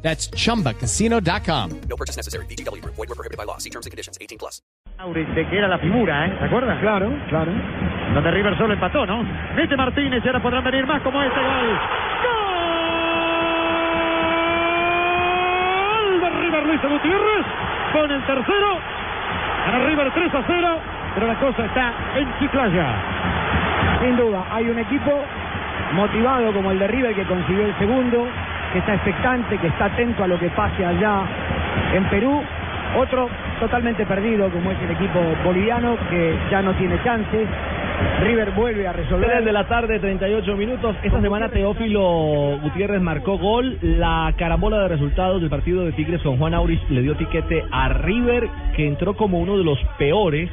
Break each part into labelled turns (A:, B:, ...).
A: That's chumbacasino.com.
B: No purchase necessary. BGW. Void were prohibited by law. See terms and conditions. 18 plus.
C: Maurice, que era la figura, ¿eh? ¿Se acuerdan?
D: Claro, claro.
C: Donde River solo empató, ¿no? Mete Martínez y ahora podrán venir más como este gol. ¡Gol! De River Luis Gutiérrez con el tercero. Para River 3 a 0, pero la cosa está en Chiclaya.
D: Sin duda, hay un equipo motivado como el de River que consiguió el segundo, que está expectante, que está atento a lo que pase allá en Perú. Otro totalmente perdido como es el equipo boliviano que ya no tiene chances. River vuelve a resolver.
E: 3 de la tarde, 38 minutos. Esta semana Teófilo Gutiérrez marcó gol. La carambola de resultados del partido de Tigres con Juan Auris le dio tiquete a River, que entró como uno de los peores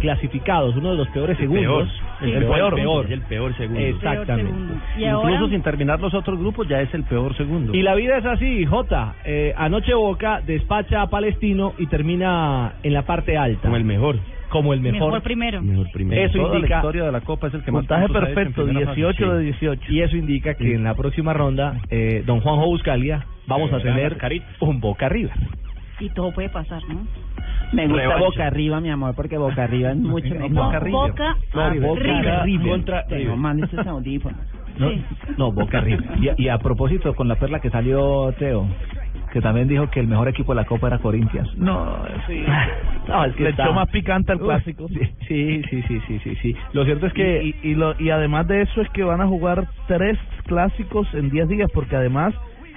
E: clasificados, uno de los peores segundos.
F: El, peor, el peor segundo.
E: Exactamente.
F: Y Incluso sin terminar los otros grupos ya es el peor segundo.
E: Y la vida es así, Jota. Eh, anoche Boca despacha a Palestino y termina en la parte alta.
F: como el mejor.
E: Como el mejor.
G: primero.
F: Mejor primero.
E: Eso
F: Toda
E: indica-
F: la historia de la Copa es el que más
E: Montaje
F: puntos ha hecho en
E: perfecto,
F: primera fase.
E: 18 de
F: Sí.
E: 18. Y eso indica que en la próxima ronda, eh, don Juanjo Buscalia, vamos
F: Eh,
E: a tener un Boca River.
G: Y todo puede pasar, ¿no?
H: Me gusta
F: Revancha.
H: Boca Arriba, mi amor, porque Boca Arriba es mucho mejor.
F: Boca River.
G: Boca
F: No,
G: a
F: Boca
G: River.
F: River. Contra
H: Te
F: River.
H: no mandes esos audífonos.
F: No,
G: Sí.
F: no, Boca River. Y a, y a propósito, con la perla que salió Teo, que también dijo que el mejor equipo de la Copa era Corinthians. No, sí.
E: No, es que
F: Le
E: está-
F: echó más picante al
E: Uy,
F: clásico.
E: Sí, sí, sí, sí, sí, sí. Lo cierto es que
F: y, y lo- y además de eso es que van a jugar tres clásicos en 10 días, porque además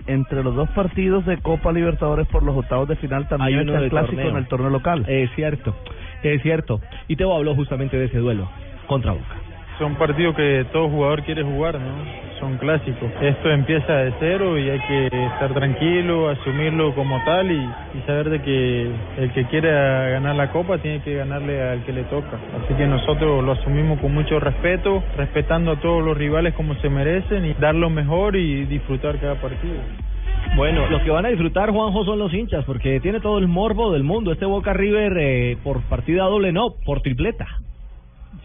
F: entre los dos partidos de Copa Libertadores por los octavos de final también
E: Hay uno
F: está el
E: de
F: clásico
E: torneo.
F: en el torneo local.
E: es cierto, es cierto. Y Teo habló justamente de ese duelo contra Boca.
I: Son partidos que todo jugador quiere jugar, ¿no? Son clásicos. Esto empieza de cero y hay que estar tranquilo, asumirlo como tal y, y saber de que el que quiera ganar la copa tiene que ganarle al que le toca. Así que nosotros lo asumimos con mucho respeto, respetando a todos los rivales como se merecen y dar lo mejor y disfrutar cada partido.
E: Bueno, los que van a disfrutar, Juanjo, son los hinchas, porque tiene todo el morbo del mundo. Este Boca River eh, por partida doble, no, por tripleta.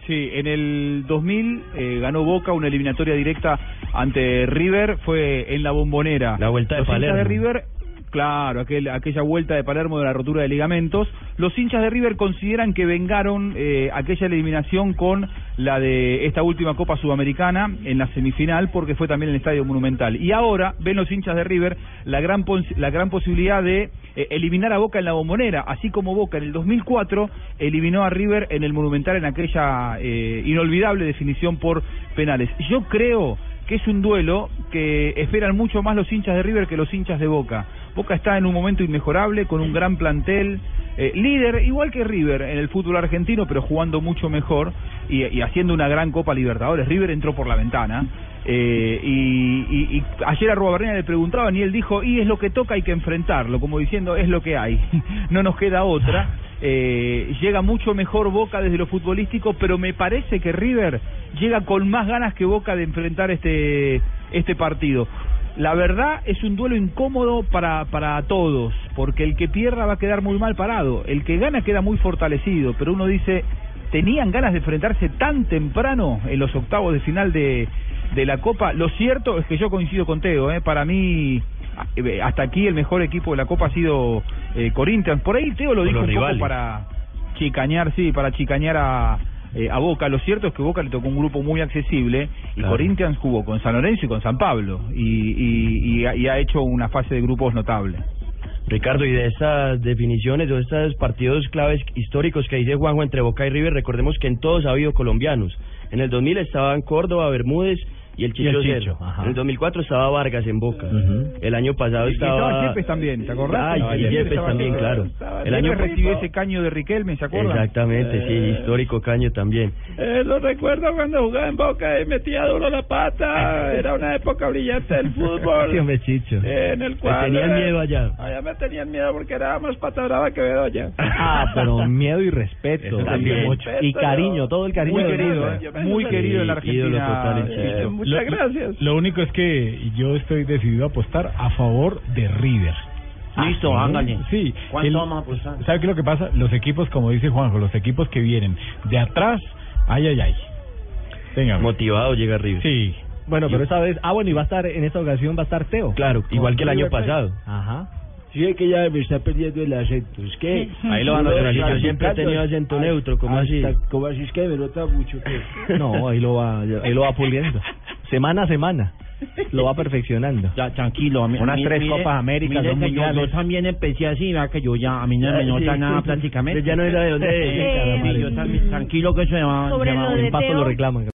J: Sí, en el 2000 eh, ganó Boca una eliminatoria directa ante River, fue en la bombonera.
F: La vuelta de
J: Los hinchas
F: Palermo.
J: de River, claro, aquel, aquella vuelta de Palermo de la rotura de ligamentos. Los hinchas de River consideran que vengaron eh, aquella eliminación con la de esta última Copa Sudamericana en la semifinal, porque fue también en el Estadio Monumental. Y ahora ven los hinchas de River la gran, pos- la gran posibilidad de eh, eliminar a Boca en la bombonera, así como Boca en el 2004 eliminó a River en el Monumental en aquella eh, inolvidable definición por penales. Yo creo que es un duelo que esperan mucho más los hinchas de River que los hinchas de Boca. Boca está en un momento inmejorable, con un gran plantel, eh, líder, igual que River en el fútbol argentino, pero jugando mucho mejor y, y haciendo una gran Copa Libertadores. River entró por la ventana. eh, y, y- y ayer a Rubabernia le preguntaban y él dijo, y es lo que toca, hay que enfrentarlo, como diciendo, es lo que hay, no nos queda otra. Eh, llega mucho mejor Boca desde lo futbolístico, pero me parece que River llega con más ganas que Boca de enfrentar este, este partido. La verdad es un duelo incómodo para, para todos, porque el que pierda va a quedar muy mal parado, el que gana queda muy fortalecido, pero uno dice, tenían ganas de enfrentarse tan temprano en los octavos de final de, de la Copa. Lo cierto es que yo coincido con Teo, ¿eh? para mí eh, hasta aquí el mejor equipo de la Copa ha sido eh, Corinthians. Por ahí Teo lo
F: Por
J: dijo
F: los
J: un
F: rivales.
J: poco para chicañar, sí, para chicañar a, eh, a Boca. Lo cierto es que Boca le tocó un grupo muy accesible y
F: Claro.
J: Corinthians jugó con San Lorenzo y con San Pablo y, y- y ha- y ha hecho una fase de grupos notable.
F: Ricardo, y de esas definiciones o de estos partidos claves históricos que dice Juanjo entre Boca y River, recordemos que en todos ha habido colombianos. En el 2000 estaban Córdoba, Bermúdez,
K: y el
E: Y el
K: Chicho,
E: Chicho,
K: Cero.
E: ajá.
K: En el 2004 estaba Vargas en Boca. El año pasado
J: Y pues, estaba
K: estaba...
J: Yepes también, ¿te acordás?
K: Ah,
J: Estaba
K: y Yepes
J: estaba
K: también,
J: Yepes.
K: claro.
J: Estaba
K: El año
J: Yepes recibió ese caño de Riquelme, ¿se acuerdan?
K: Exactamente,
J: Eh,
K: sí, histórico caño también.
J: Eh, lo recuerdo cuando jugaba en Boca y metía duro la pata. Era una época brillante del fútbol.
K: Sí, hombre, Chicho.
J: Eh, en el
K: Me
J: cual,
K: tenían
J: eh,
K: miedo allá.
J: Allá me tenían miedo porque era más pata brava que Bedoya.
E: Ah, pero miedo y respeto.
J: Eso también.
E: También.
J: Respeto,
E: Y cariño,
J: yo-
E: todo el cariño.
J: Muy
E: del
J: querido,
E: mundo.
J: eh, muy querido en la Argentina.
E: Ídolo total en
J: Eh,
E: Chicho.
J: muchas
L: Lo-
J: gracias.
L: Lo único es que yo estoy decidido a apostar a favor de River.
M: Listo,
L: Sí,
M: hágale.
L: Sí.
M: ¿Cuánto
L: el-
M: vamos a apostar?
L: ¿Sabe qué es lo que pasa? Los equipos, como dice Juanjo, los equipos que vienen de atrás, ay, ay, ay. Venga.
K: Motivado llega River.
L: Sí.
E: Bueno, pero esta vez, ah, bueno, y va a estar, en esta ocasión va a estar Teo.
K: Claro, igual que el año pasado.
E: Ajá.
N: Sí, es que ya me está perdiendo el acento. Es que.
K: Ahí lo van a
N: Uno
K: hacer, yo
N: está
K: siempre he
N: buscando
K: tenido acento
N: hasta-
K: neutro, ¿cómo así?
N: hasta- ¿Cómo así? Es que me nota mucho. que-
E: No, ahí lo va, ahí lo va puliendo. Semana a semana. Lo va perfeccionando.
M: Ya, tranquilo. a mí-
E: Unas
M: mí-
E: tres
M: mire-
E: Copas Américas,
M: mire
E: dos
M: que yo,
E: mundiales.
M: yo también empecé así, vea que yo ya, a mí no me
E: Ah,
M: nota
E: sí.
M: nada prácticamente.
E: Ya no era de dónde es,
M: Sí,
E: Calamari.
M: yo también, tranquilo que se va,
E: Sobre
M: se va
E: lo de
M: un pato
E: Teo.
M: lo reclaman.